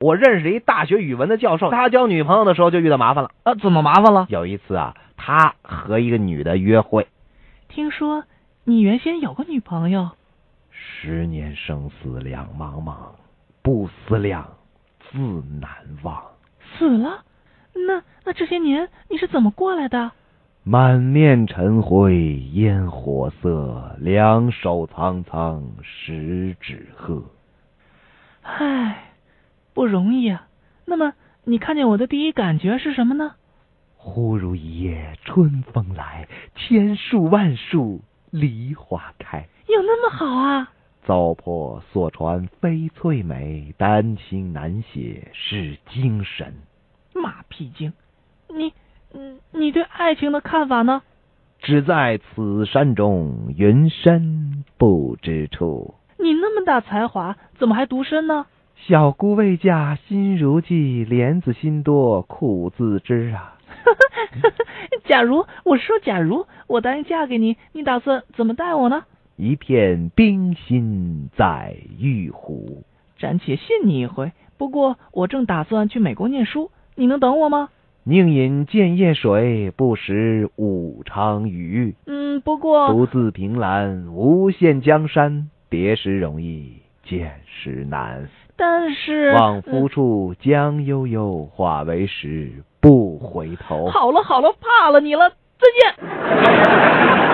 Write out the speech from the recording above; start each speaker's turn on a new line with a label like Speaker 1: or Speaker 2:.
Speaker 1: 我认识一大学语文的教授，他交女朋友的时候就遇到麻烦了。
Speaker 2: 啊，怎么麻烦了？
Speaker 1: 有一次啊，他和一个女的约会，
Speaker 2: 听说你原先有个女朋友，
Speaker 1: 十年生死两茫茫，不思量，自难忘。
Speaker 2: 死了？那那这些年你是怎么过来的？
Speaker 1: 满面尘灰烟火色，两手苍苍十指合。
Speaker 2: 唉，不容易啊。那么你看见我的第一感觉是什么呢？
Speaker 1: 忽如一夜春风来，千树万树梨花开。
Speaker 2: 有那么好啊？
Speaker 1: 糟粕所传翡翠美，丹心难写是精神。
Speaker 2: 马屁精，你你你对爱情的看法呢？
Speaker 1: 只在此山中，云深不知处。
Speaker 2: 你那么大才华，怎么还独身呢？
Speaker 1: 小姑未嫁心如寄，莲子心多苦自知啊。
Speaker 2: 假如我是说，假如我答应嫁给你，你打算怎么待我呢？
Speaker 1: 一片冰心在玉壶。
Speaker 2: 暂且信你一回。不过我正打算去美国念书，你能等我吗？
Speaker 1: 宁饮见夜水，不识武昌鱼。
Speaker 2: 嗯，不过
Speaker 1: 独自凭栏无限江山，别时容易见时难。
Speaker 2: 但是嗯
Speaker 1: 望夫处，江悠悠，化为石，不回头。
Speaker 2: 好了好了，怕了你了，再见。